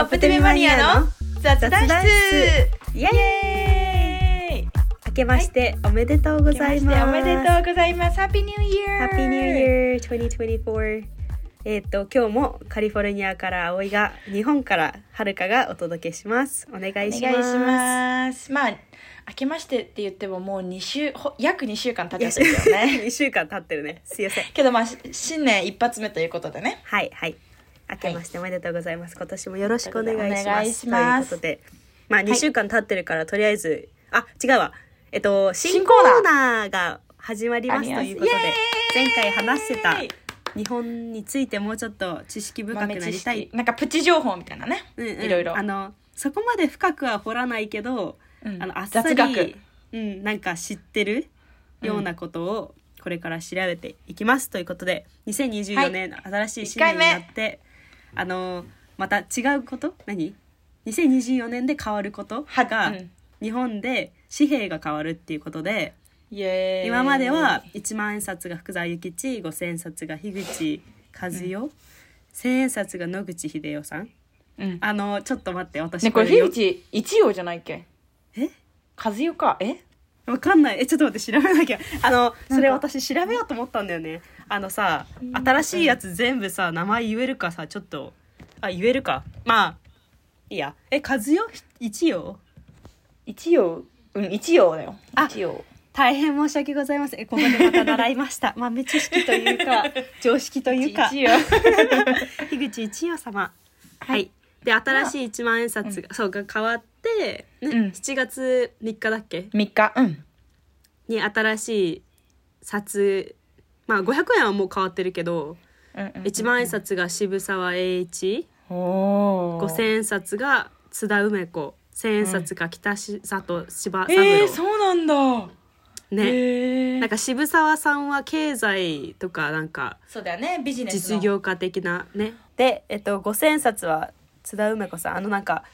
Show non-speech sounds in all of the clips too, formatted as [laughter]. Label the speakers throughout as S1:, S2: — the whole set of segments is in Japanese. S1: オプティミマニアの雑談室
S2: イエーイ明けましておめでとうございます。
S1: 明けしておめでとうございますハッピーニューイヤー
S2: ハッピーニューイヤー2024。えっ、と今日もカリフォルニアから葵が日本からはるかがお届けします。お願いし
S1: お
S2: ます。
S1: 願いしますまあ明けましてって言ってももう2週ほ約2週間経っちゃってるけど
S2: [laughs]
S1: ね
S2: 2週間経ってるね。すいません。
S1: けどまあし新年一発目ということでね
S2: はいはい。明けましておめでとうございます。今年もよろしくお願いし
S1: お
S2: ま
S1: 願い
S2: す。
S1: します
S2: ということで、まあ2週間経ってるからとりあえず、あ違うわ。えっと新
S1: 新
S2: コ
S1: コーナー
S2: ーナーが始まりますということで
S1: あります、イエーイ
S2: 前回話してた日本についてもうちょっと知識深くな
S1: 豆知
S2: りたい
S1: 識。なんかプチ情報みたいなね、
S2: うんうん
S1: いろいろ
S2: あのそこまで深くは掘らないけど、
S1: うん
S2: あのあっさ
S1: 雑学
S2: り、うん、なんか知ってるようなことをこれから調べていきます、ということで
S1: は
S2: 2024
S1: い
S2: 年、新しい新年になってあのまた違うこと何 ?2024 年で変わること
S1: は
S2: が、
S1: うん
S2: 日本で紙幣が変わるっていうことで
S1: イエーイ
S2: 今までは1万円札が福沢諭吉5,000円札が樋口和代、1,000円札が野口英世さん
S1: うん
S2: あのちょっと待って私
S1: ねこれ
S2: よ
S1: 樋口一葉じゃないっけ
S2: え
S1: 和代かえ
S2: わかんないえちょっと待って調べなきゃあのそれ私調べようと思ったんだよねあのさ新しいやつ全部さ名前言えるかさちょっとあ言えるかまあいいやえ和代一葉
S1: 一葉うん一葉だよ
S2: あ
S1: 一葉
S2: 大変申し訳ございませんえここでまた習いました [laughs] 豆知識というか常識というか
S1: 一葉
S2: 樋口一葉様
S1: はい
S2: [laughs] はいで新しい一万円札が、そうが変わって、ね
S1: うん
S2: 7月3日だっけ
S1: 3日うん
S2: に新しい札まあ500円はもう変わってるけど、一万円札が渋沢栄一
S1: お
S2: 五千円札が津田梅子千円札が北し里柴三郎、
S1: えー、そうなんだ
S2: ね、
S1: えー
S2: なんか渋沢さんは経済とかなんか
S1: そうだよねビジネスの
S2: 実業家的なねで、えっと、五千円札は津田梅子さんあのなんか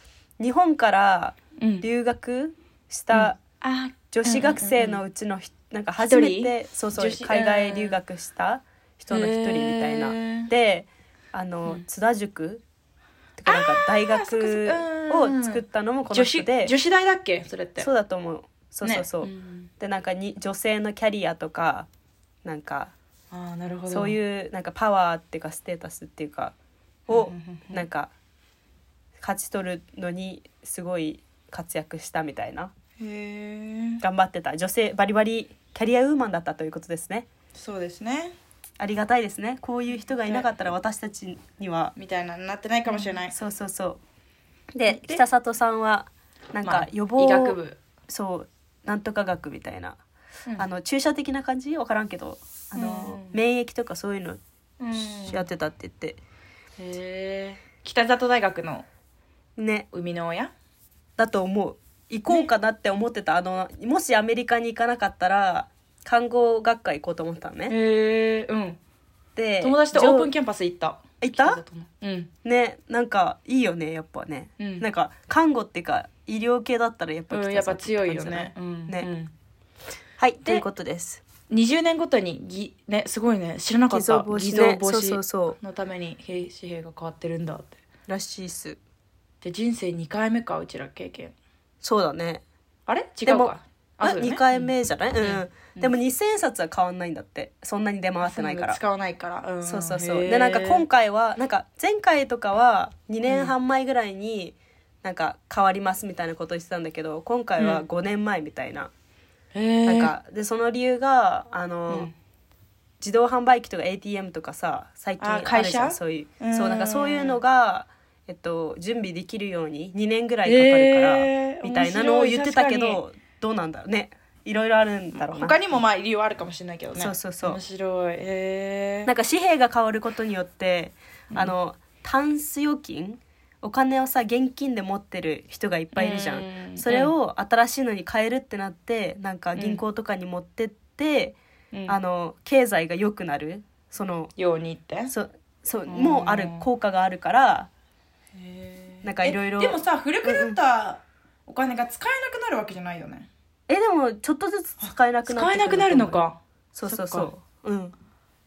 S2: 日本から
S1: うん
S2: 留学した、
S1: あ
S2: 女子学生のうちのひ、なんか初めてそうそう
S1: 女子
S2: 海外留学した人の一人みたいな。
S1: へー
S2: であの、津田塾とかなんか大
S1: あーそっか
S2: 学
S1: そっかうん
S2: を作ったのもこの
S1: 女
S2: 人
S1: 子
S2: で
S1: 女子大だっけそれって
S2: そううだと思うそうそうそう。
S1: ん
S2: でなんかに女性のキャリアとかなんか
S1: ああなるほど
S2: そう
S1: う
S2: いうなんかパワーっていうかステータスっていうかを
S1: うんうんうん
S2: なんか勝ち取るのにすごい活躍したみたいな
S1: へえ
S2: 頑張ってた女性バリバリキャリアウーマンだったということですね
S1: そうですね
S2: ありがたいですねこういう人がいなかったら私たちには
S1: みたいなのになってないかもしれない、
S2: そうそうそうで
S1: で
S2: 北里さんはなん
S1: まあ
S2: か予防、
S1: 医学部
S2: そうなんとか学みたいな、
S1: うん
S2: あの注射的な感じわからんけどあの、
S1: うん
S2: 免疫とかそういうの
S1: うん
S2: やってたって言って、
S1: へえ北里大学の
S2: ね
S1: 生みの親
S2: だと思う行こうかなって思ってた、あのもしアメリカに行かなかったら看護学科行こうと思ってたのね、
S1: へえうん
S2: で
S1: 友達とオープン
S2: 上
S1: キャンパス行った
S2: 行った
S1: 北里のうん
S2: ねなんかいいよねやっぱね、
S1: うん
S2: なんか看護っていうか医療系だったらやっぱ
S1: うん、
S2: 北
S1: やっぱ
S2: 里て
S1: 強いよ
S2: 感じだ
S1: ね。うん
S2: ね
S1: うん
S2: はい
S1: で
S2: ということです
S1: 20年ごとにぎねすごいね知らなか
S2: 偽
S1: った
S2: 造防止
S1: 偽
S2: ね
S1: 造防
S2: そうそう
S1: 止
S2: そ
S1: のために兵紙幣が変わってるんだって
S2: うらしいっす
S1: で人生2回目かうちら経験
S2: そうだね
S1: あれ違う
S2: でも
S1: か
S2: あ、
S1: そうだね
S2: 2回目じゃない、うん
S1: うん
S2: でも2000円札は変わんないんだってそんなに出回ってないから
S1: 使わないから、ん
S2: そうそうそう
S1: へー
S2: でなんか今回はなんか前回とかは2年半前ぐらいになんか変わりますみたいなこと言ってたんだけど今回は
S1: うん
S2: 5年前みたいな,、
S1: へー
S2: なんかでその理由があ
S1: う
S2: の、
S1: ん
S2: 自動販売機とか ATM とかさ最近
S1: あ
S2: あるじゃ
S1: 会社
S2: んそういう
S1: うん
S2: そうなんかそういうのが、えっと、準備できるように2年ぐらいかかるから、
S1: えー
S2: みたいなのを言ってたけ
S1: 面白
S2: どどうなんだろうねいろいろあるんだろうな
S1: 他にもまあ理由はあるかもしれないけどね
S2: そうそうそう
S1: 面白いへえ
S2: なんか紙幣が変わることによって、あのタンス預金お金をさ現金で持ってる人がいっぱいいるじゃん、
S1: うん
S2: それを新しいのに変えるってなってなんか銀行とかに持ってって、あの経済が良くなるその
S1: ようにって
S2: そそう
S1: うん
S2: もうある効果があるから
S1: へー
S2: なんかいろいろ
S1: えでもさ古くなったお金が使えなくなるわけじゃないよね、
S2: えでもちょっとずつ使えなくなって
S1: 使えなくなるのか
S2: そうそうそ
S1: そっ
S2: ううん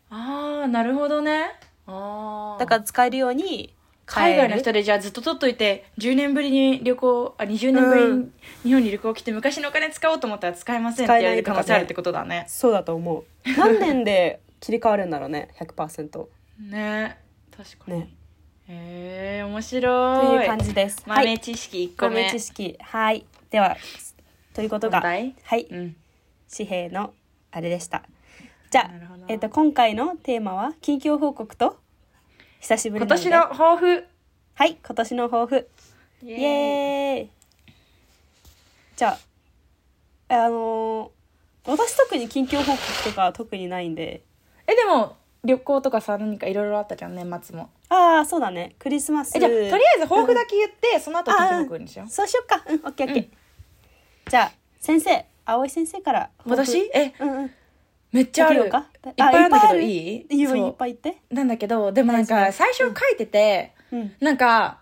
S1: ああなるほどねああ
S2: だから使えるように
S1: 海外の人でじゃあずっと取っといて10年ぶりに旅行あ20年ぶり
S2: う
S1: に日本に旅行来て昔のお金使おうと思ったら使えませんって
S2: 使え
S1: 言われ
S2: ない
S1: る
S2: と
S1: 可
S2: かね
S1: 能性あるってことだね
S2: そうだと思う何年で切り替わるんだろうね100%
S1: ね確かに、 [laughs]
S2: ね
S1: へえ面
S2: と
S1: 白い
S2: いう感じですは
S1: 豆
S2: い
S1: 知識1個目、
S2: 豆知識はいではということが
S1: 問題
S2: はい
S1: うん
S2: 紙幣のあれでしたじゃあ
S1: なるほど
S2: えっと今回のテーマは近況報告と久しぶり
S1: 今
S2: なで
S1: 年の抱負
S2: はい今年の抱負
S1: イ
S2: イエーイじゃああのー私特に近況報告とか特にないんで
S1: えでも旅行とかさ何かいろいろあったじゃん年末も
S2: ああそうだねクリスマス
S1: えじゃあとりあえず抱負だけ言って、その後
S2: あ
S1: 聞
S2: あ
S1: いてもくるんでしょ
S2: そうしよっかうんオッケーオッケー、
S1: うん
S2: じゃあ先生葵先生から抱負
S1: 私え
S2: うんうんいっ
S1: めっちゃあるいっぱいあるんだけどいい
S2: いよ
S1: そう
S2: いっぱい言って
S1: なんだけどでもなんか最初書いてて、
S2: うん
S1: なんか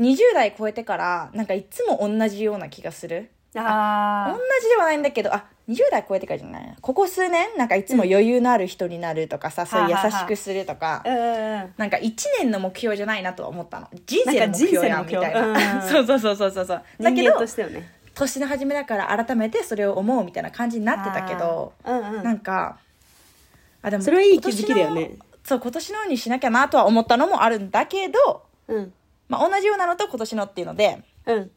S1: 20代超えてからなんかいつも同じような気がする同
S2: あー
S1: じではないんだけどあ20代超えてからじゃないここ数年なんかいつも余裕のある人になるとかさ、そういう優しくするとか、
S2: うんうんうん
S1: なんか1年の目標じゃないなとは思ったの人生の目標やんみたい
S2: なんか人生
S1: な
S2: の目標 [laughs] うん
S1: そうそうそうそうそうそうだけ
S2: 人間と
S1: ど
S2: してよね
S1: 年の初めだから改めてそれを思うみたいな感じになってたけど
S2: あーうんうん
S1: なんかあでも
S2: それはいい気づきだよ
S1: 今年
S2: ね
S1: のそう今年のにしなきゃなとは思ったのもあるんだけど、
S2: うん
S1: まあ、同じようなのと今年のっていうので
S2: うん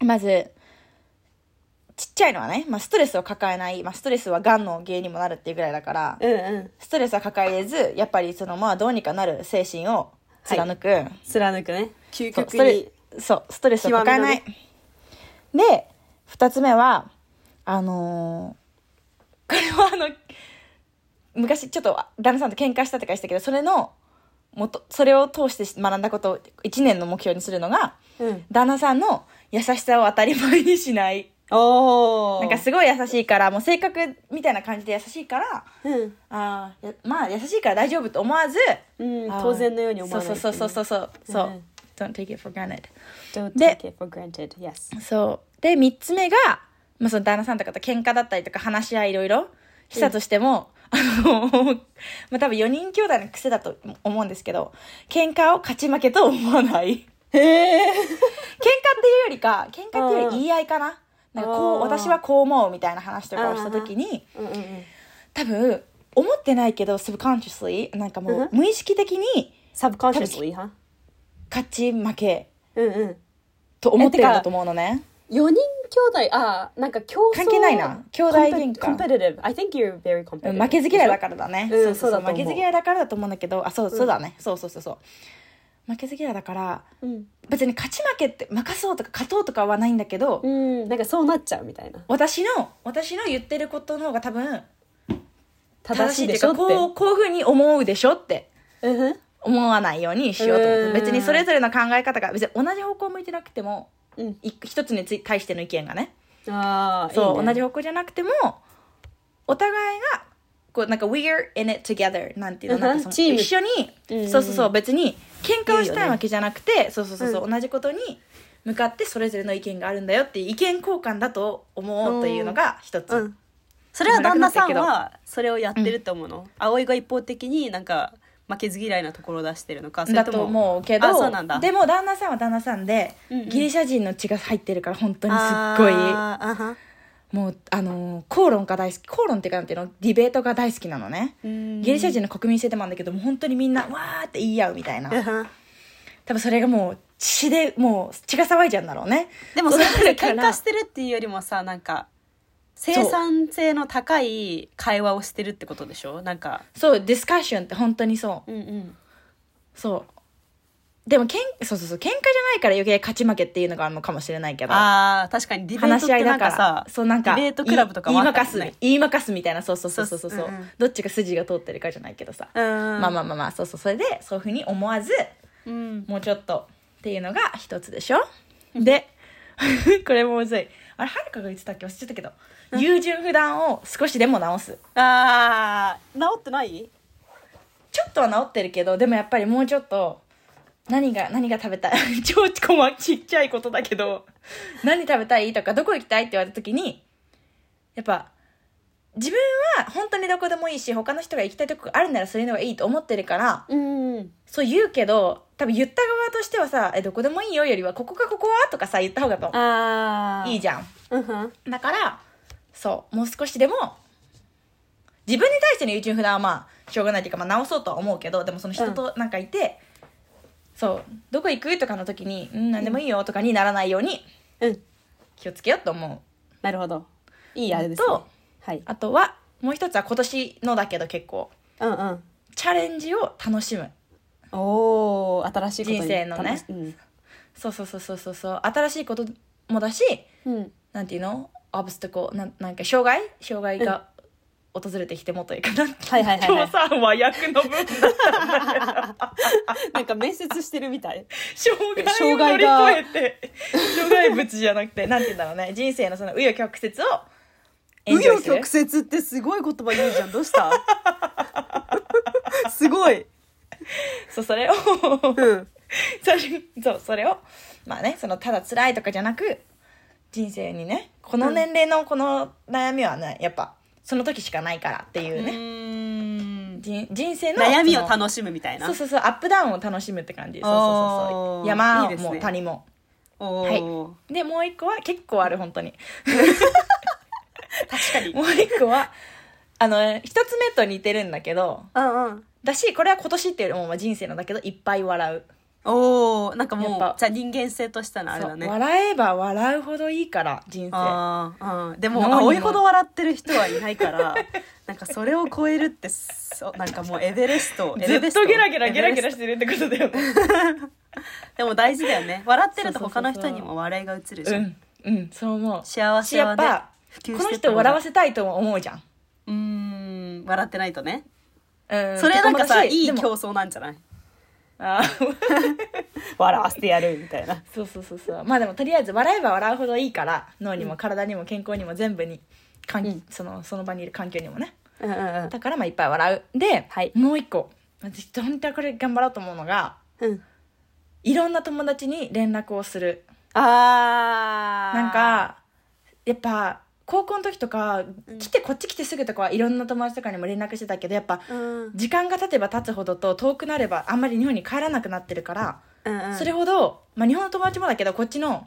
S1: まずちっちゃいのはね、まあ、ストレスを抱えない、まあ、ストレスはがんの原因にもなるっていうぐらいだから、
S2: うんうん
S1: ストレスは抱えずやっぱりそのまあどうにかなる精神を貫く、
S2: 貫くね究
S1: そう
S2: 極
S1: ストレ
S2: に
S1: そうストレスを抱えない、で2つ目はあのーこれはあの昔ちょっと旦那さんと喧嘩したってかしたけどそれのもとそれを通して学んだことを1年の目標にするのが
S2: うん
S1: 旦那さんの優しさを当たり前にしない
S2: おお
S1: なんかすごい優しいからもう性格みたいな感じで優しいから
S2: うん
S1: あーやまあ優しいから大丈夫と思わず
S2: うん
S1: あー
S2: 当然のように思わない
S1: そうそうそうそうそうそう、
S2: うん
S1: Don't take it for granted
S2: で
S1: で
S2: Don't take it for granted yes
S1: そうで3つ目が、まあ、その旦那さんとかと喧嘩だったりとか話し合いいろいろしたとしても、あの [laughs] まあ多分4人兄弟の癖だと思うんですけど喧嘩を勝ち負けと思わない喧嘩ってい
S2: へ
S1: うよ
S2: え
S1: りか喧嘩っていうより言い合いかななんかこ
S2: あ
S1: う
S2: ー
S1: 私はこう思うみたいな話とかをした時に
S2: うんうんうん
S1: 多分思ってないけど subconsciously なんかもう
S2: うん
S1: 無意識的に
S2: subconsciously は
S1: 勝ち負け
S2: うんうん
S1: と思ってるん
S2: えて
S1: だ
S2: か
S1: と思うのね
S2: 4人兄弟あーなんか競争
S1: 関係ないな兄弟喧嘩
S2: Compe- competitive I think you're very
S1: う
S2: competitive
S1: ん負けず嫌いだからだね、
S2: うん
S1: そうそうそう
S2: そうだと思
S1: 負
S2: う
S1: けず嫌いだからだと思うんだけどあそうそうだね、そうそうそうそう負けず嫌いだから
S2: うん
S1: 別に勝ち負けって任そうとか勝とうとかはないんだけど、
S2: うんなんかそうなっちゃうみたいな
S1: 私の私の言ってることの方が多分
S2: 正しいでしょっ
S1: 正っていうかこ
S2: て
S1: うこういうふうに思うでしょって
S2: うんうん
S1: 思わないようにしようと思っ
S2: うん
S1: て別にそれぞれの考え方が別に同じ方向向いてなくても
S2: うん
S1: い一つについ対しての意見がね
S2: ああ
S1: そう同じ方向じゃなくてもお互いがこうなんか「We're in it together」なんていうの
S2: うんうん
S1: なんかその
S2: チーム
S1: 一緒に、
S2: うん
S1: そうそうそう別に喧嘩をし
S2: いいよ
S1: たい
S2: ね
S1: わけじゃなくてそうそうそうそう、同じことに向かってそれぞれの意見があるんだよっていう意見交換だと思うというのが一つ、
S2: うん、それは旦那さんはそれをやってると思うの、葵が一方的になんか負けず嫌いなところを出してるのかそれ
S1: だ
S2: と
S1: と
S2: も
S1: 思うけど
S2: あそうなんだ
S1: でも旦那さんは旦那さんで、
S2: うんうん
S1: ギリシャ人の血が入ってるから本当にすっごい
S2: あーあは
S1: もうあのー口論が大好き口論っていうかなんていうのディベートが大好きなのね、
S2: うん
S1: ギリシャ人の国民性でもあるんだけどもう本当にみんなわーって言い合うみたいな
S2: あは
S1: 多分それがもう血でもう血が騒いじゃうんだろうね
S2: でもそれっ
S1: そう
S2: て
S1: だ
S2: 喧
S1: から
S2: 嘩してるっていうよりもさなんか生産性の高い会話をしてるってことでしょなんか
S1: そうディスカッションって本当にそ
S2: うんうん
S1: うそうでもけんそうそうそう喧嘩じゃないから余計勝ち負けっていうのがあるのかもしれないけど
S2: あー確かにディベート
S1: 話
S2: っ
S1: し合
S2: て
S1: い
S2: な
S1: だ
S2: ん
S1: か
S2: からさ
S1: そうなんか
S2: ディベートクラブとか
S1: 言い言い
S2: はあった
S1: まか
S2: もん
S1: す
S2: ね
S1: 言いまかすみたいなそうそうそうそうそう
S2: そう
S1: そう、
S2: っすうんうん
S1: どっちが筋が通ってるかじゃないけどさ、
S2: うん
S1: まあまあまあまあそうそうそれでそういうふうに思わず
S2: うん
S1: もうちょっとっていうのが一つでしょで [laughs] これもむずいあれはるかが言ってたっけ忘れちゃったけど優柔不断を少しでも直す
S2: あー治ってない
S1: ちょっとは治ってるけどでもやっぱりもうちょっと何が何が食べたい [laughs] 超こまちっちゃいことだけど何食べたいとかどこ行きたいって言われた時にやっぱ自分は本当にどこでもいいし他の人が行きたいとこがあるならそういうのがいいと思ってるから
S2: うん
S1: そう言うけど多分言った側としてはさ「えどこでもいいよ」よりは「ここかここは?」とかさ言った方がと
S2: あ
S1: いい
S2: じ
S1: じゃん
S2: ゃんうんうん
S1: だからそうもう少しでも自分に対しての YouTube 普段はまあしょうがないというか、まあ、直そうとは思うけどでもその人となんかいて、そうどこ行くとかの時に「うん何でもいいよ」とかにならないように
S2: うん
S1: 気をつけようと思う
S2: なるほどいいあれです、ね、
S1: と
S2: はい
S1: あとはもう一つは今年のだけど結構
S2: うんうん
S1: チャレンジを楽しむ
S2: おお新しいことに
S1: 人生のね
S2: 楽しうん
S1: そうそうそうそうそうそう新しいこともだし
S2: うん、
S1: なんていうのオブストコなんなんか障害障害が訪れてきてもというかな
S2: はいはいはい、は
S1: 今
S2: い
S1: 日、さ和訳の分だ
S2: [laughs]
S1: ったんだけど
S2: なんか面接してるみ [laughs] たい
S1: 障害を
S2: 障
S1: 乗
S2: 害
S1: り
S2: が
S1: 越えて障害物じゃなくてなんて言うんだろうね人生のその紆余曲折をエン
S2: 紆
S1: ジョイ
S2: 余
S1: する
S2: 曲折ってすごい言葉言うじゃんどうした [laughs] すごい、
S1: そうそれ [laughs] を
S2: うん、
S1: 最初そうそれをまあねそのただ辛いとかじゃなく人生にねこの年齢のこの悩みはねやっぱその時しかないからっていうね、人人生の
S2: 悩み
S1: そ
S2: を
S1: の
S2: 楽しむみたいな
S1: そうそうそうアップダウンを楽しむって感じそうそうそうそ
S2: お
S1: う
S2: ー
S1: 山も
S2: いいですね
S1: 谷も
S2: おー
S1: でもう一個は結構ある本当に
S2: 確かに
S1: もう一個は [laughs] あの一つ目と似てるんだけど
S2: うんうん
S1: だしこれは今年っていうよりもまあ人生なんだけどいっぱい笑う
S2: おおなんかも
S1: やっ
S2: う
S1: ぱ
S2: じゃあ人間性としたのあれだ
S1: そう
S2: ね
S1: 笑えば笑うほどいいから人生
S2: ああで
S1: 脳
S2: も
S1: にも
S2: 青いほど笑ってる人はいないから [laughs] なんかそれを超えるってそうなんかもうエベレストエ
S1: ず
S2: ベ
S1: っ
S2: レス
S1: と
S2: ト
S1: ゲラゲラゲラゲ
S2: エベ
S1: ラ
S2: レス
S1: してるってことだよね
S2: トでも大事だよね笑ってると
S1: そうそうそ
S2: 他
S1: うそう
S2: の人にも笑いが映るし、
S1: うんうんそう思う
S2: 幸せはね
S1: しやっぱ
S2: 普
S1: こ
S2: 及
S1: の
S2: して
S1: 人を笑わせたいとも思うじゃん
S2: うーん笑ってないとね
S1: うん
S2: それなんかさ
S1: とかもだし
S2: いい
S1: でも
S2: 競争なんじゃない
S1: あ [laughs] ー
S2: 笑わせてやるみたいな
S1: そうそうそうそうまあでもとりあえず笑えば笑うほどいいから脳にも体にも健康にも全部に環
S2: うん
S1: そのその場にいる環境にもね
S2: うんうん
S1: だからまあいっぱい笑うで、
S2: はい
S1: もう一個私本当はこれ頑張ろうと思うのが
S2: うん
S1: いろんな友達に連絡をする
S2: あー
S1: なんかやっぱ高校の時とか
S2: うん
S1: 来てこっち来てすぐとかはいろんな友達とかにも連絡してたけどやっぱ
S2: うんうん
S1: 時間が経てば経つほどと遠くなればあんまり日本に帰らなくなってるから、
S2: うん
S1: それほど、まあ、日本の友達もだけどこっちの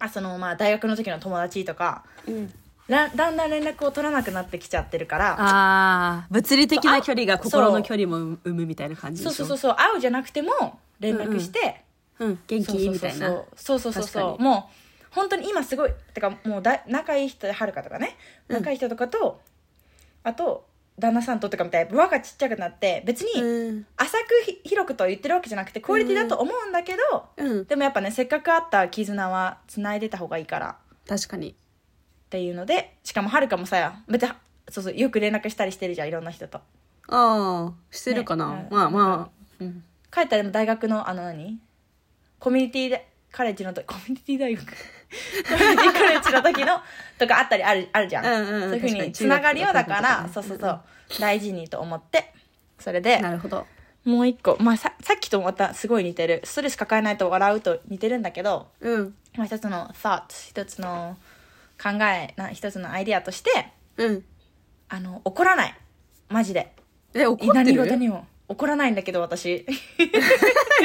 S1: あそのまあ大学の時の友達とか
S2: うん
S1: らだんだん連絡を取らなくなってきちゃってるから
S2: ああ物理的な距離が
S1: そう
S2: 心の距離も生むみたいな感じ
S1: そ
S2: で
S1: う
S2: し
S1: そ
S2: ょ
S1: うそうそう会うじゃなくても連絡して、
S2: うん元気みたいな
S1: そうそうそうそうそうそうそう
S2: 確か
S1: もう本当に今すごいてかもうだ仲いい人はるかとかね
S2: うん
S1: 仲いい人とかと、あと旦那さんととかみたいに輪がちっちゃくなって別に
S2: うん
S1: 浅くひ広くとは言ってるわけじゃなくてクオリティだと思うんだけど、
S2: うん
S1: でもやっぱねせっかくあった絆は繋いでた方がいいから
S2: 確かに
S1: っていうのでしかもはるかもさ別にそうそうよく連絡したりしてるじゃんいろんな人と
S2: ああしてるかな、
S1: ね
S2: まあまあ、うん、
S1: 帰ったらでも大学のあの何コミュニティでカレッジのとコミュニティ大学 [laughs] コミュニティカレッジの時の [laughs] とかあったりあるあるじゃん,、
S2: うんうんう
S1: そ
S2: ん
S1: ういうふう
S2: 確か
S1: に
S2: に
S1: つながりをだから、そ
S2: 中
S1: うそ
S2: 学とかね
S1: うそう、大事にと思ってそれで
S2: なるほど
S1: もう一個、まあ、ささっきとまたすごい似てるストレス抱えないと笑うと似てるんだけど、
S2: うん
S1: まあ、一つの thought 一つの考えな一つのアイディアとして
S2: うん
S1: あの怒らないマジで
S2: え怒って
S1: 何事
S2: る
S1: にも怒らないんだけど私
S2: [laughs]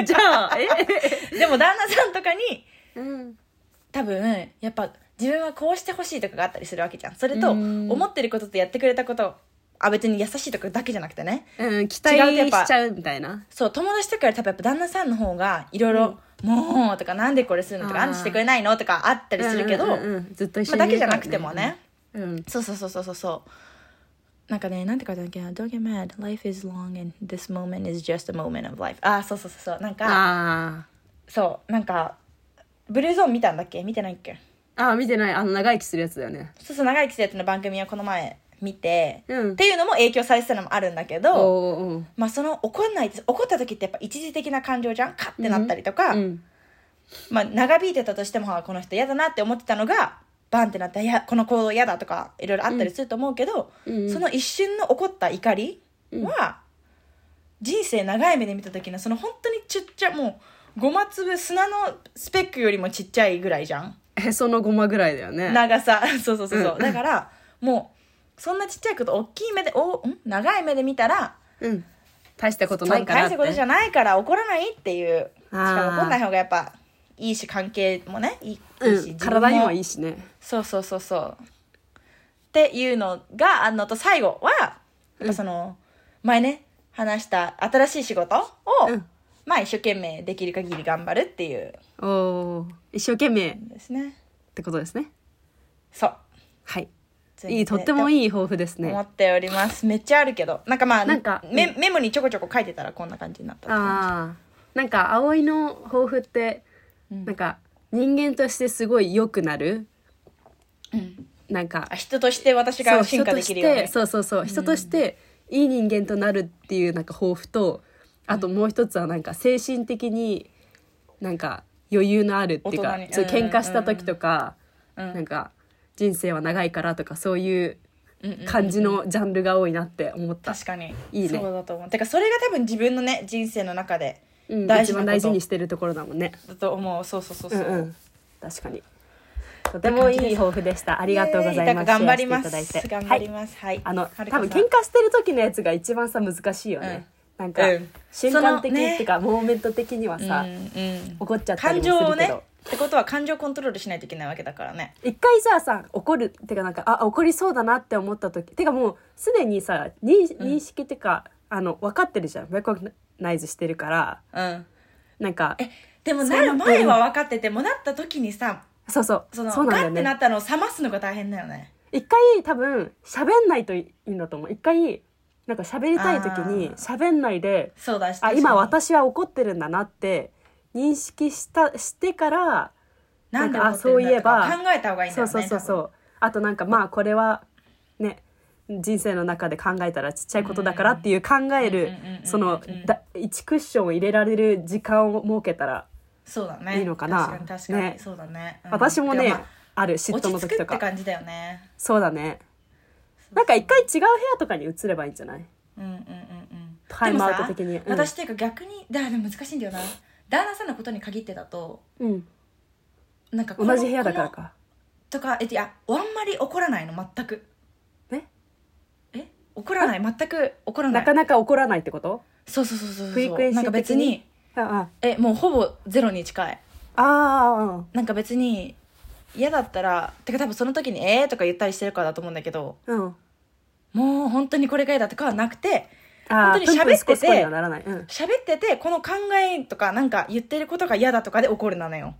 S2: じゃあえ、
S1: [laughs] でも旦那さんとかに
S2: うん、
S1: 多分やっぱ自分はこうしてほしいとかがあったりするわけじゃんそれと
S2: うん
S1: 思ってることとやってくれたことあ別に優しいとかだけじゃなくてね
S2: うん、期
S1: 違うとやっ
S2: 待
S1: ぱ
S2: しちゃうみたいな
S1: そう友達とかより多分やっぱ旦那さんの方がいろいろ「もう」とか「なんでこれするの?」とか「
S2: あー
S1: あんたしてくれないの?」とかあったりするけど、
S2: うんうんうんうんずっと一
S1: ま
S2: 緒
S1: あ、だ
S2: にい
S1: け
S2: る
S1: じゃ
S2: から
S1: なくてもね、
S2: うん
S1: そうそうそうそうそうそうなんかねなんて書いてあるっけな「Don't get mad life is long and this moment is just a moment of life」あーそうそうそうそうなんか
S2: あ
S1: そうなんかブルーゾーン見たんだっけ見てないっけ
S2: あああ見てないあの長生きするやつだよね
S1: そうそう長生きするやつの番組をこの前見て、
S2: うん
S1: っていうのも影響されてたのもあるんだけ
S2: お
S1: ど、
S2: おお
S1: まあ、その怒んないです怒った時ってやっぱ一時的な感情じゃんカッてなったりとか、
S2: うん
S1: まあ、長引いてたとしてもあこの人嫌だなって思ってたのがバンってなっていやこの行動嫌だとかいろいろあったりすると思うけど、
S2: うんうん
S1: その一瞬の怒った怒りは、人生長い目で見た時のその本当にちっちゃいもうごま粒砂のスペックよりもちっちゃいぐらいじゃん。 [laughs]
S2: へそのごまぐらいだよね
S1: 長さそうそうそうそうだからもうそんなちっちゃいこと大きい目でおん長い目で見たら
S2: うん大したことないか
S1: 大
S2: らっ
S1: してたことじゃないから怒らないっていうし
S2: あー
S1: かも怒んない方がやっぱいいし関係もねいいいいし、
S2: うん、体にもい
S1: い
S2: いしね
S1: そうそうそうそうっていうのがあんのと最後はやっぱその、前ね話した新しい仕事を、
S2: うん
S1: まあ一生懸命できる限り頑張るっていう
S2: おおー一生懸命っ
S1: んですね
S2: てことですね
S1: そう
S2: はいいいとっても
S1: い
S2: いい抱負です
S1: 思
S2: ね
S1: っておりますめっちゃあるけどなんかまあ
S2: なんか
S1: メメモにちょこちょこ書いてたらこんな感じになったって感
S2: あーなんか葵の抱負って、
S1: うん
S2: なんか人間としてすごい良くなる、なんか
S1: じ人として私
S2: そう
S1: が
S2: 人
S1: 進化
S2: と
S1: で
S2: し
S1: きるよう
S2: て
S1: に
S2: そうそうそう人としていい人間となるっていうなんか抱負とあともう一つはなんか精神的になんか余裕のあるっていうか
S1: 大人に
S2: そう
S1: うん
S2: 喧嘩した時とか
S1: うん
S2: なんか人生は長いからとかそういう
S1: うんうんうん
S2: 感じのジャンルが多いなって思った
S1: 確かに
S2: いいね
S1: そうだと思うてかそれが多分自分のね人生の中で
S2: うん
S1: 大
S2: 一
S1: 事なこと
S2: 番大事にしてるところだもんね
S1: だと思うそうそうそう
S2: う
S1: そ
S2: ん
S1: う、
S2: うん確かにとてもいい抱負でしたありがとうござい
S1: ね
S2: ま
S1: えだ
S2: す
S1: から頑張りま
S2: シェアしてい
S1: す
S2: ただ
S1: 頑
S2: いて
S1: 張りますはい、
S2: あの
S1: はる
S2: 多
S1: かさ
S2: 分
S1: ん
S2: 喧嘩してる時のやつが一番さ難しいよね、なんか、
S1: うん
S2: 瞬間的
S1: そのね
S2: っていうか、モーメント的にはさ、
S1: うんうん
S2: 怒っちゃったり
S1: 感
S2: もす
S1: 情
S2: るけど
S1: をねってことは感情コントロールしないといけないわけだからね
S2: 一回じゃあさ怒るってかなんかあ怒りそうだなって思った時てかもうすでにさ認認識っていうか、あの分かってるじゃんレコナイズしてるから
S1: うん
S2: なんか
S1: えでも
S2: その
S1: なる前は分かっててもなった時にさ
S2: そうそう
S1: その
S2: そう
S1: ガ
S2: な
S1: ッ
S2: んだ
S1: て
S2: よ
S1: な
S2: ね
S1: ったのを冷ますのが大変だよね
S2: 一回多分喋んないといいんだと思う一回なんか喋りたい時に
S1: あー
S2: 喋んないで
S1: そうだし
S2: あ今私は怒ってるんだなって認識したしてから
S1: なんで
S2: なんか
S1: 怒ってるんだと
S2: あそういえ
S1: か
S2: ば
S1: 考えた方がいいんだよ
S2: そう
S1: ね
S2: そうそうそうあとなんかまあこれはね人生の中で考えたらちっちゃいことだからっていう考え
S1: う
S2: る
S1: んうんうんうん
S2: そのだ1クッションを入れられる時間を設けたら
S1: そうだね
S2: いいのかな
S1: 確かに確かに、
S2: ね
S1: そうだね、うん
S2: 私も
S1: て
S2: ね
S1: かまあ
S2: ある嫉妬の
S1: 落ち着
S2: 時
S1: く
S2: と
S1: って
S2: か
S1: 感じだよね
S2: そうだねなんか一回違う部屋とかに移ればいいんじゃない
S1: うんうんうんうん
S2: タイムアウト的に
S1: でもさ
S2: うん
S1: 私っていうか逆にだでも難しいんだよな旦那さんのことに限ってだと
S2: うん
S1: なんかこの
S2: 同じ部屋だから
S1: この
S2: か
S1: とかえいやあんまり怒らないの全く
S2: え
S1: え怒らない全く怒らな
S2: ないかなか怒らないってこと
S1: そうそうそうそうそう
S2: 食い食いし
S1: なんか別に
S2: あ
S1: えもうほぼゼロに近い
S2: ああ
S1: なんか別に嫌だったらてか多分その時に「えー」とか言ったりしてるからだと思うんだけど
S2: あうん
S1: もう本当にこれが嫌だとかはなくて
S2: ああ
S1: 本当に喋ってて
S2: スコスコにはならないうん
S1: 喋っててこの考えとかなんか言ってることが嫌だとかで怒るなのよ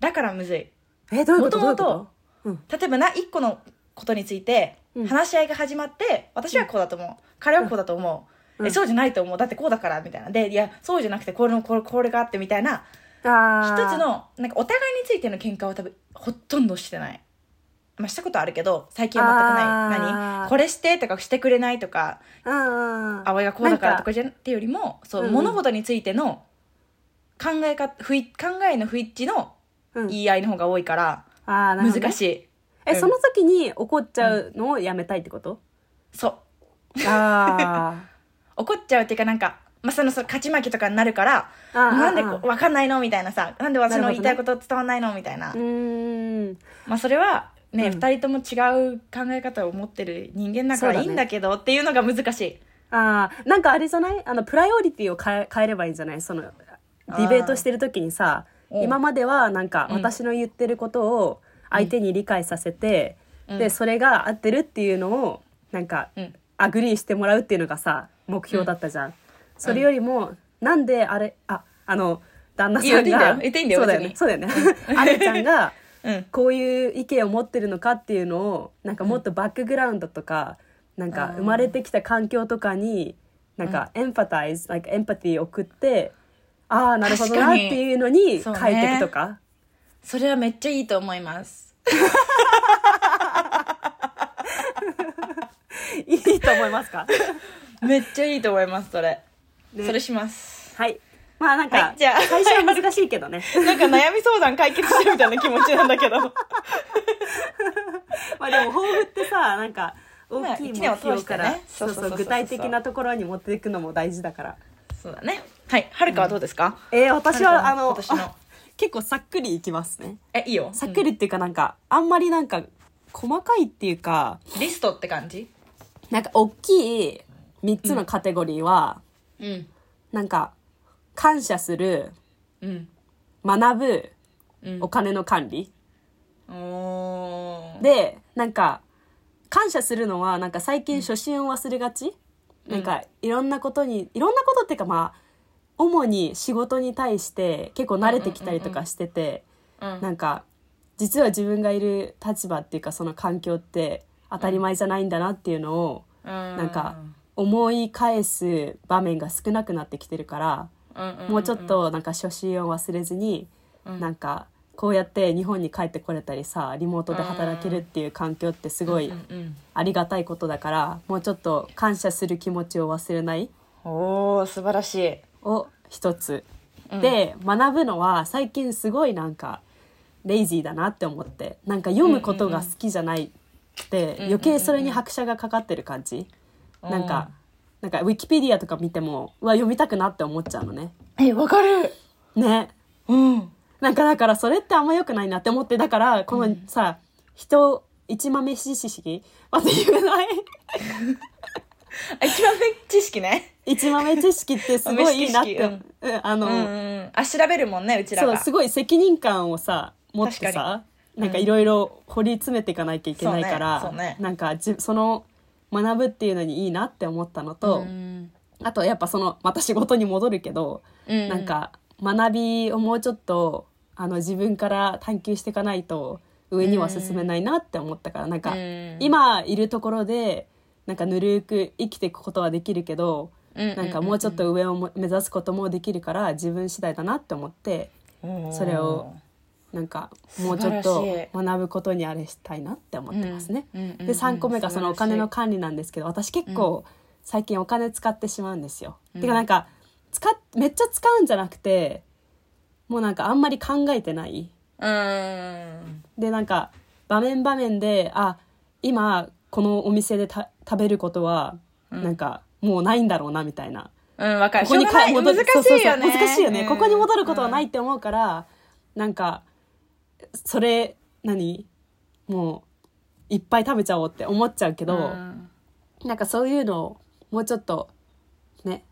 S1: だからむずい
S2: えどういうことどういう
S1: 元々
S2: ことうん
S1: 例えばな1個のことについて
S2: うん
S1: 話し合いが始まって、私はこうだと思う彼はこうだと思う、
S2: うん
S1: えそうじゃないと思うだってこうだからみたいなでいやそうじゃなくてこれのこれこれがあってみたいな一
S2: ああ
S1: つのなんかお互いについての喧嘩は多分ほとんどしてない、まあ、したことあるけど最近は全くない
S2: あー
S1: 何これしてとかしてくれないとか
S2: ああ
S1: 葵がこうだから
S2: なん
S1: とかじゃってよりもそう、
S2: うんうん
S1: 物事についての考えか不一考えの不一致の
S2: うん
S1: 言い合いの方が多いから
S2: ああなるほどね
S1: 難しい、
S2: え、
S1: うん
S2: その時に怒っちゃうのをやめたいってこと、
S1: そう
S2: あ
S1: 怒っちゃうっていうかなんか、まあ、そのその勝ち負けとかになるから
S2: あああ
S1: なんで
S2: ああ
S1: こうわかんないのみたいなさなんで私
S2: な
S1: の
S2: る
S1: 言
S2: ほ
S1: いたい
S2: どね
S1: こと伝わんないのみたいな [laughs]
S2: うーん
S1: まあ、それはね、
S2: うん
S1: 二人とも違う考え方を持ってる人間だか
S2: そうだ
S1: ら
S2: ね
S1: いいんだけどっていうのが難しい、
S2: ああなんかあれじゃないあのプライオリティを変え変えればいいんじゃないそのディベートしてる時にさ
S1: うん
S2: 今まではなんか
S1: うん
S2: 私の言ってることを相手に理解させて、
S1: うん
S2: でそれが合ってるっていうのをなんか
S1: うん
S2: アグリーしてもらうっていうのがさ目標だったじゃん、それよりもなんであれああの旦那さんが
S1: いや言っていいんだよ
S2: そうだよ
S1: 言
S2: ね
S1: っ
S2: そうだよね [laughs] あれちゃんが
S1: [laughs] うん、
S2: こういう意見を持ってるのかっていうのをなんかもっとバックグラウンドとか、なんか生まれてきた環境とかになんかエンパタイズ、なんかエンパティを送ってああなるほどなっていうのに
S1: 確かに
S2: 変えていくとか
S1: それはめっちゃいいと思います
S2: いいと思いま
S1: [laughs]
S2: すか
S1: めっちゃいいと思いますそれ、
S2: ね
S1: それします
S2: はいまあなんか、
S1: はいじゃあ
S2: 最初は難しいけ
S1: [laughs]
S2: どね
S1: なんか悩み相談解決してるみたいな気持ちなんだけど
S2: まあでも抱負ってさなんか大きい目
S1: まあ一年を通
S2: 標
S1: して
S2: から、
S1: ね
S2: そう
S1: そう
S2: そ
S1: そうそう
S2: う
S1: そう
S2: 具体的なところに持っていくのも大事だから
S1: そうだねはいはるかはどうですか、
S2: えー、私はあ
S1: は
S2: の [laughs]
S1: るかさん今年の
S2: あ結構さっくりいきますね
S1: えいいよ
S2: さっくりっていうかなんか、あんまりなんか細かいっていうか
S1: リストって感じ
S2: なんか大きい3つのカテゴリーは、
S1: うん
S2: なんか感謝する
S1: うん
S2: 学ぶ
S1: うん
S2: お金の管理、
S1: おー
S2: でなんか感謝するのはなんか最近初心を忘れがち、
S1: ん
S2: なんかいろんなことにいろんなことっていうかまあ主に仕事に対して結構慣れてきたりとかしてて、
S1: うん
S2: なんか実は自分がいる立場っていうかその環境って当たり前じゃないんだなっていうのを
S1: な
S2: なんか思い返す場面が少なくなってきてるから、もうちょっとなんか初心を忘れずに、なんかこうやって日本に帰ってこれたりさリモートで働けるっていう環境ってすごいありがたいことだからもうちょっと感謝する気持ちを忘れない
S1: おお素晴らしい
S2: を一つ、で学ぶのは最近すごいなんかレイジーだなって思ってなんか読むことが好きじゃないって、余計それに拍車がかかってる感じ、なんかなんかウィキペディアとか見てもうわ読みたくなって思っちゃうのね
S1: えわかる
S2: ね
S1: うん
S2: なんかだからそれってあんま良くないなって思ってだからこのさ、人一豆知識まず言えない
S1: あ一番目知識ね
S2: 一豆知識ってすごいいいなって、
S1: 豆知識
S2: うんあの、
S1: うんうんあ調べるもんねうちら
S2: そう
S1: が
S2: すごい責任感をさ持って
S1: 確か
S2: さなんかいろいろ掘り詰めていかなきゃいけないから、
S1: そうねそうね
S2: なんかじその学ぶっていうのにいいなって思ったのと、
S1: うん
S2: あとやっぱそのまた仕事に戻るけど、
S1: うん
S2: なんか学びをもうちょっとあの自分から探求していかないと上には進めないなって思ったから、なんか
S1: うん
S2: 今いるところでなんかぬるく生きていくことはできるけど、
S1: うんうんうん
S2: なんかもうちょっと上をも目指すこともできるから自分次第だなって思ってそれをなんかもうちょっ
S1: 素
S2: と
S1: 晴らしい
S2: 学ぶことにあれしたいなって思ってますね。
S1: うんうんうんうん
S2: で3個目が
S1: 素
S2: そ
S1: 晴らしい
S2: のお金の管理なんですけど私結構最近お金使ってしまうんですよ。てかなんか使っめっちゃ使うんじゃなくてもうなんかあんまり考えてない。
S1: うん
S2: でなんか場面場面であ今このお店でた食べることはなんかもうないんだろうなみたいな。
S1: うんわかる
S2: ここに
S1: しょうがない
S2: 戻
S1: 難
S2: る
S1: し
S2: そ
S1: い
S2: うそう
S1: よ
S2: そう
S1: ね
S2: 難しいよね、
S1: うん
S2: ここに戻ることはないって思うから、なんかそれ何もういっぱい食べちゃおうって思っちゃうけど、
S1: うん
S2: なんかそういうのをもうちょっとね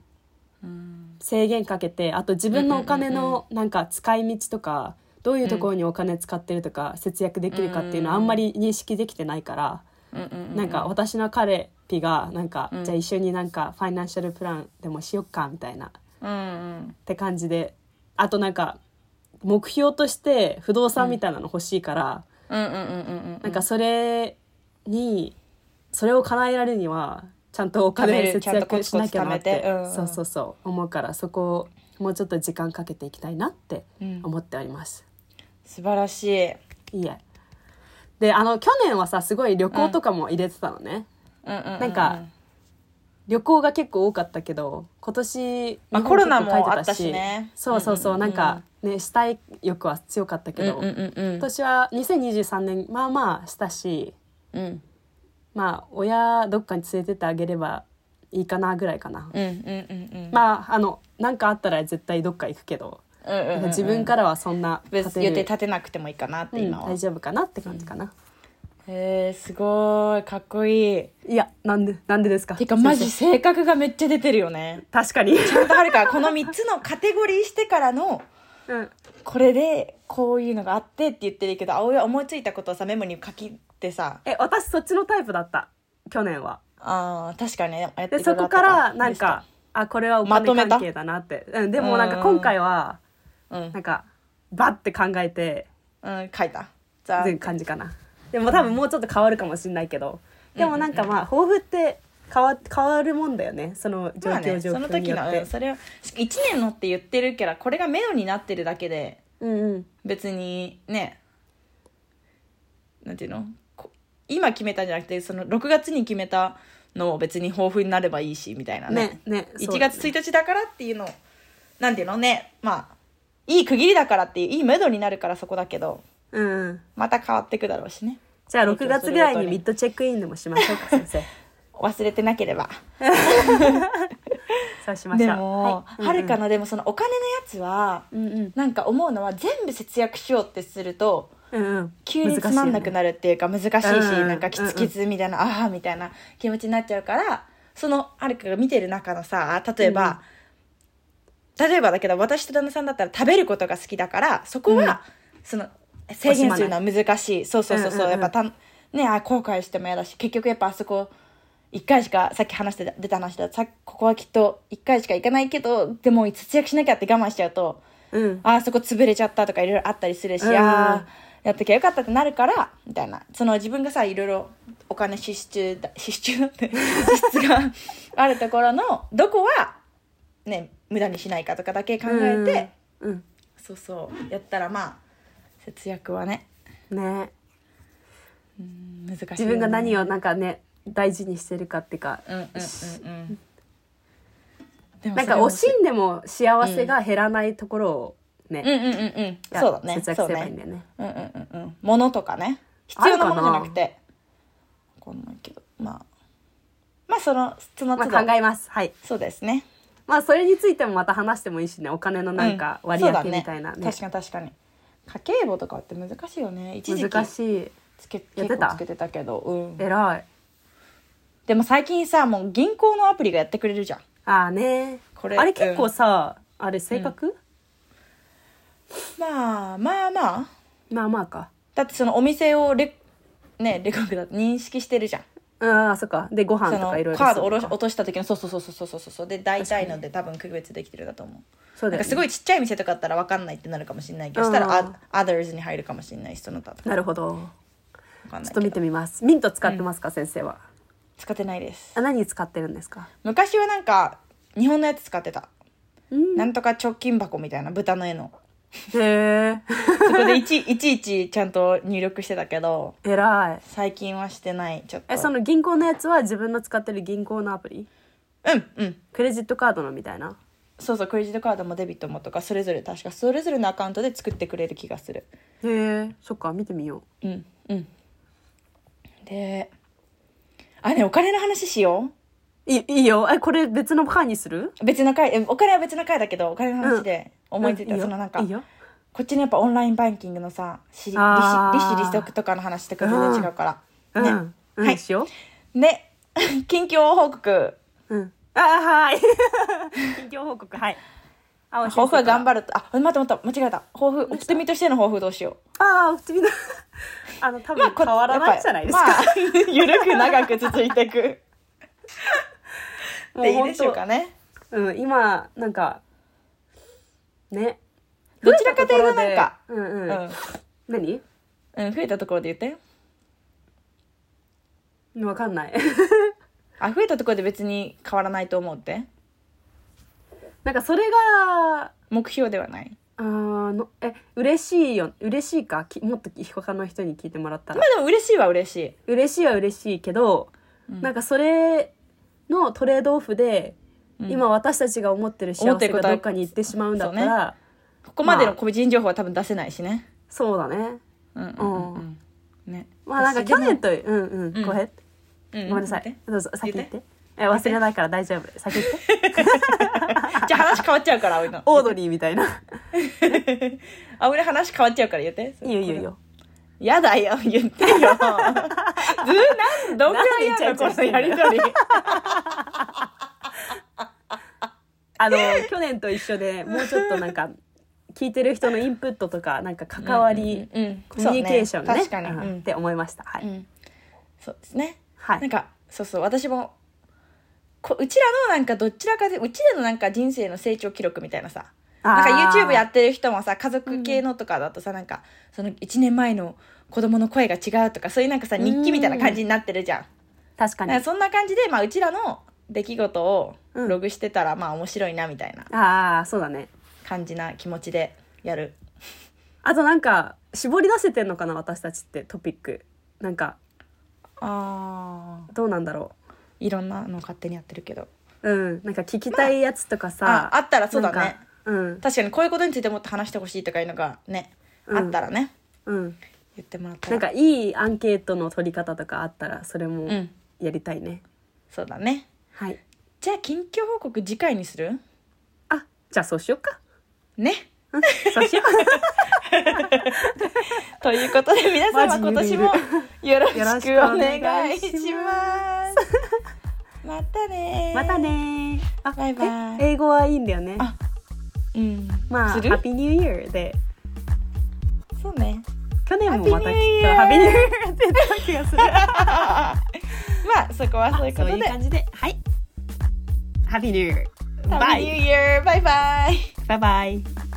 S1: うん
S2: 制限かけてあと自分のお金のなんか使い道とかどういうところにお金使ってるとか節約できるかっていうのはあんまり認識できてないから、
S1: うんうん
S2: なんか私の彼ピがなんか、じゃあ一緒になんかファイナンシャルプランでもしよっかみたいな。
S1: うん
S2: って感じであとなんか目標として不動産みたいなの欲しいから、
S1: うんうんうんうんうん
S2: なんかそれにそれを叶えられるにはちゃんとお
S1: 貯め
S2: 金
S1: る
S2: 節約しなきゃなっ
S1: ちゃんと
S2: て
S1: コツコツ貯めてうん
S2: そうそうそう思うからそこをもうちょっと時間かけていきたいなって
S1: うん
S2: 思っております。
S1: 素晴らしい
S2: いいえであの去年はさすごい旅行とかも入れてたのね、
S1: な
S2: なんか旅行が結構多かったけど今年
S1: まあ
S2: 日本
S1: コロナも
S2: 結構帰って
S1: あったしね
S2: そうそうそう,、
S1: うんうんうん
S2: なんかねしたい欲は強かったけど、今年は2023年まあまあしたし
S1: うん
S2: まあ親どっかに連れてってあげればいいかなぐらいかな、
S1: うんうんうん
S2: まああのなんかあったら絶対どっか行くけど、
S1: うん
S2: なんか自分からはそんな
S1: 別に予定
S2: る
S1: 立てなくてもいいかなって
S2: うん
S1: 今は、
S2: 大丈夫かなって感じかな、
S1: へえすごいかっこいい
S2: いやなんでなんでですか
S1: てかマ
S2: 先
S1: ジ
S2: 生
S1: 性格がめっちゃ出てるよね
S2: 確かに、
S1: だからかこの3つのカテゴリーしてからの
S2: うん
S1: これでこういうのがあってって言ってるけど葵は思いついたことをさメモに書きってさ
S2: え私そっちのタイプだった去年は
S1: あー確かにねやって
S2: で
S1: いろ
S2: そ
S1: いろあ
S2: こ
S1: った
S2: からなんかあこれはお
S1: まとめ
S2: 金
S1: た
S2: 関係だなって、うん、でもなん
S1: う
S2: か
S1: ん
S2: 今回は
S1: うん、
S2: なんかバッて考えて
S1: うん、書いたじゃあ
S2: 全感じかなでも多分もうちょっと変わるかもしれないけどでもなんかまあ抱負って変わ変わるもんだよねその状
S1: まあ
S2: 況
S1: ね、
S2: 状
S1: その
S2: 況に
S1: 時
S2: よ
S1: の、
S2: っ
S1: うん
S2: て
S1: それを1年のって言ってるけどこれが目処になってるだけで
S2: うんうん
S1: 別にねなんていうのこ今決めたんじゃなくてその6月に決めたのを別に抱負になればいいしみたいなね
S2: ねねそう
S1: 1月1日だからっていうのなんていうのねまあいい区切りだからっていういい目処になるからそこだけど
S2: うんうん
S1: また変わってくだろうしね
S2: じゃあ6月ぐらいにミッドチェックインでもしましょうか先
S1: [laughs]
S2: 生
S1: 忘れてなければ
S2: そうしましょう
S1: でも、
S2: い
S1: はるかのでもそのお金のやつは
S2: うんうん
S1: なんか思うのは全部節約しようってすると
S2: うんうん
S1: 急につまんなくなるっていうか難しいし
S2: うん
S1: なんかきつきつみたいな、ああみたいな気持ちになっちゃうからそのあるかが見てる中のさ例えば、例えばだけど私と旦那さんだったら食べることが好きだからそこは、
S2: うん
S1: その制限するのは難しいそうそうそうそう,、
S2: うんうんうん
S1: やっぱたねあ後悔しても嫌だし結局やっぱあそこ1回しかさっき話してた出た話ださここはきっと1回しか行かないけどでも節約しなきゃって我慢しちゃうと
S2: うん
S1: あーそこ潰れちゃったとかいろいろあったりするし、
S2: うん
S1: あーやっときゃよかったってなるからみたいなその自分がさいろいろお金支出だ支出だって支出があるところのどこはね無駄にしないかとかだけ考えて、
S2: うん
S1: そうそうやったらまあ節約はね
S2: ね
S1: うん難しいよね
S2: 自分が何をなんかね大事にしてるかっていうか
S1: うんうんうんうんでも
S2: なん
S1: そ
S2: か
S1: れも
S2: 惜しんでも幸せが減らないところをね、
S1: うんうんうんうん
S2: が
S1: そうだね
S2: 節約
S1: そう
S2: すればいいん
S1: ね
S2: だよね
S1: うんうんうんうん物とかね必要なものじゃなくてわかんないけどまあまあそのその
S2: ま
S1: 都
S2: あ
S1: 度、
S2: 考えますはい
S1: そうですね
S2: まあそれについてもまた話してもいいしねお金のなんか
S1: う
S2: 割り
S1: そ
S2: 当
S1: うだ
S2: てみたいな、
S1: ね確かに確かに家計簿とかって難しいよね一時期
S2: 難しい
S1: つけ
S2: やっ
S1: 結
S2: てた
S1: 構つけてたけど、うん、
S2: 偉い
S1: でも最近さもう銀行のアプリがやってくれるじゃん
S2: ああね
S1: これ
S2: あれ結構さ、あれ性格、
S1: まあまあまあ
S2: まあまあか
S1: だってそのお店をレねレコグだと認識してるじゃん
S2: ああそっかでご
S1: そ
S2: 飯と
S1: の
S2: かいろいろ
S1: カード
S2: そう
S1: お
S2: か
S1: ろし落とした時のそうそうそうそうそうそうそうで大体ので多分区別できてるだと思う
S2: そうだ
S1: なんか
S2: よね
S1: すごいちっちゃい店とかだったら分かんないってなるかもしれないけど、
S2: うん
S1: そしたらあ others に入るかもしれないしその他とか
S2: なるほど
S1: 分かんない
S2: ちょっと
S1: け
S2: 見
S1: ど
S2: てみますミント使ってますか、先生は
S1: 使ってないです
S2: あ何使ってるんですか
S1: 昔はなんか日本のやつ使ってた、
S2: うん
S1: なんとか貯金箱みたいな豚の絵の
S2: へえ
S1: そこでいちいちいちちゃんと入力してたけど
S2: [laughs] 偉い
S1: 最近はしてないちょっと
S2: えその銀行のやつは自分の使ってる銀行のアプリ
S1: うんうん
S2: クレジットカードのみたいな
S1: そうそうクレジットカードもデビットもとかそれぞれ確かそれぞれのアカウントで作ってくれる気がする
S2: へえそっか見てみよ
S1: うんうんであねお金の話しよ
S2: ういいいよえこれ別の回にする
S1: う別の回えお金は別の回だけどお金の話で思いついた、
S2: うんいいよ
S1: そのなんか
S2: いいよ
S1: こっちのやっぱオンラインバンキングのさし利
S2: あ
S1: 子
S2: ー
S1: 利子利息とかの話とか全然違うから、
S2: うん、
S1: ね、
S2: うん
S1: はい
S2: しよ
S1: ね [laughs] 近況報告
S2: う、うん、ああはい [laughs] 近況報告はいあ
S1: 抱負は頑
S2: る
S1: 張るとあ待って待った間違えた抱負おみとしての抱負どうしよ
S2: ああ普通に [laughs] あの多
S1: うまあ
S2: 分
S1: こ
S2: 変わらないんじゃないですか、
S1: やっぱまあ、 [laughs] 緩く長く続いてい
S2: [laughs]
S1: く
S2: もう
S1: でいい
S2: 本
S1: でし
S2: 当
S1: ょうかね
S2: うん、今なんかね
S1: どちらかというとなんか
S2: 増えたところでうん
S1: う
S2: うん、
S1: ん、
S2: 何
S1: うん、増えたところで言って
S2: わかんない [laughs]
S1: あ増えたところで別に変わらないと思うって
S2: なんかそれが
S1: 目標ではない
S2: あーのえ嬉しいよ嬉しいかきもっと他の人に聞いてもらった
S1: ま
S2: ら
S1: あでも嬉しいは嬉しい
S2: 嬉しいは嬉しいけど、
S1: うん
S2: なんかそれのトレードオフで、
S1: うん
S2: 今私たちが思ってる
S1: 思
S2: 幸
S1: って
S2: せ
S1: るこ
S2: が
S1: とは
S2: どっかに行ってしまうんだったら、
S1: ここまでの個人情報は多分出せないしね
S2: そうだね
S1: うんうんうんうんね
S2: まあなんか
S1: 私
S2: 去
S1: でも
S2: 年とうんうん、
S1: うん
S2: ごめん
S1: う
S2: ごめんなさいどうぞ先言
S1: 言っ
S2: っててえ忘れないから大丈夫先言って
S1: じゃあ話変わっちゃうから葵の
S2: オードリーみた
S1: [laughs]
S2: いな
S1: 葵の話変わっちゃうから言って
S2: いいよいいよいいよ
S1: やだよ言ってよ
S2: [laughs]
S1: ずーなんどんぐらいやるのこの
S2: なんでイチャイチャしてん
S1: や
S2: の
S1: りとり
S2: あの去年と一緒でもうちょっとなんか聞いてる人のインプットとかなんか関わり、
S1: うんうん
S2: コミュニケーション
S1: そ
S2: ね
S1: う確かに
S2: うん
S1: うん
S2: って思いましたはい、
S1: うんそうですね
S2: は
S1: なん
S2: い
S1: かそうそう私もこうちらのなんかどちらかでうちらのなんか人生の成長記録みたいなさなんか YouTube や
S2: っ
S1: ってる人もさ家族系のとかだとさ、なんかその1年前の子供の声が違うとかそういうなんかさ日記みたいな感じになってるじゃん、
S2: 確かに
S1: なんかそんな感じで、まあ、うちらの出来事を
S2: うん
S1: ログしてたら、まあ面白いなみたいな
S2: ああそうだね
S1: 感じな気持ちでやる
S2: あとなんか絞り出せてんのかな私たちってトピックなんか
S1: あ
S2: どうなんだろ
S1: いろんなの勝手にやってるけど
S2: ううんなんか聞きたいやつとかさ、
S1: ああったらそうだ
S2: なん
S1: ね
S2: かうん
S1: 確かにこういうことについてもっと話してほしいとかいうのがね、
S2: うん
S1: あったらね
S2: うん
S1: 言ってもらったら
S2: なんかいいアンケートの取り方とかあったらそれも
S1: うん
S2: やりたいね、
S1: そうだね
S2: はい
S1: じゃあ近況報告次回にする
S2: あじゃあそうしようか
S1: ね
S2: そうしよ
S1: [laughs] ということで皆様今
S2: マジ
S1: 年
S2: ゆ
S1: も
S2: る
S1: よろしく
S2: よろしく
S1: お
S2: お
S1: 願
S2: 願
S1: い
S2: い
S1: し
S2: し
S1: ます。またね
S2: う。
S1: ー
S2: また。ねー。あ
S1: バイバイ
S2: え英語はいいんだよね。
S1: あうん。
S2: まあ、
S1: す
S2: ハ
S1: る
S2: ッピーニューイヤーで。
S1: そうね。
S2: 去年もまたきっと
S1: Happy
S2: ハッピ
S1: New Year
S2: ーニューイヤーって言った
S1: [laughs]
S2: 気がする。
S1: まあそこはそういうこ
S2: そ
S1: と
S2: う
S1: で。
S2: いう感じで、はい。ハッピーニューイヤー。
S1: Happy
S2: バ
S1: New
S2: イ。
S1: Year! バイバイ
S2: バイバイ。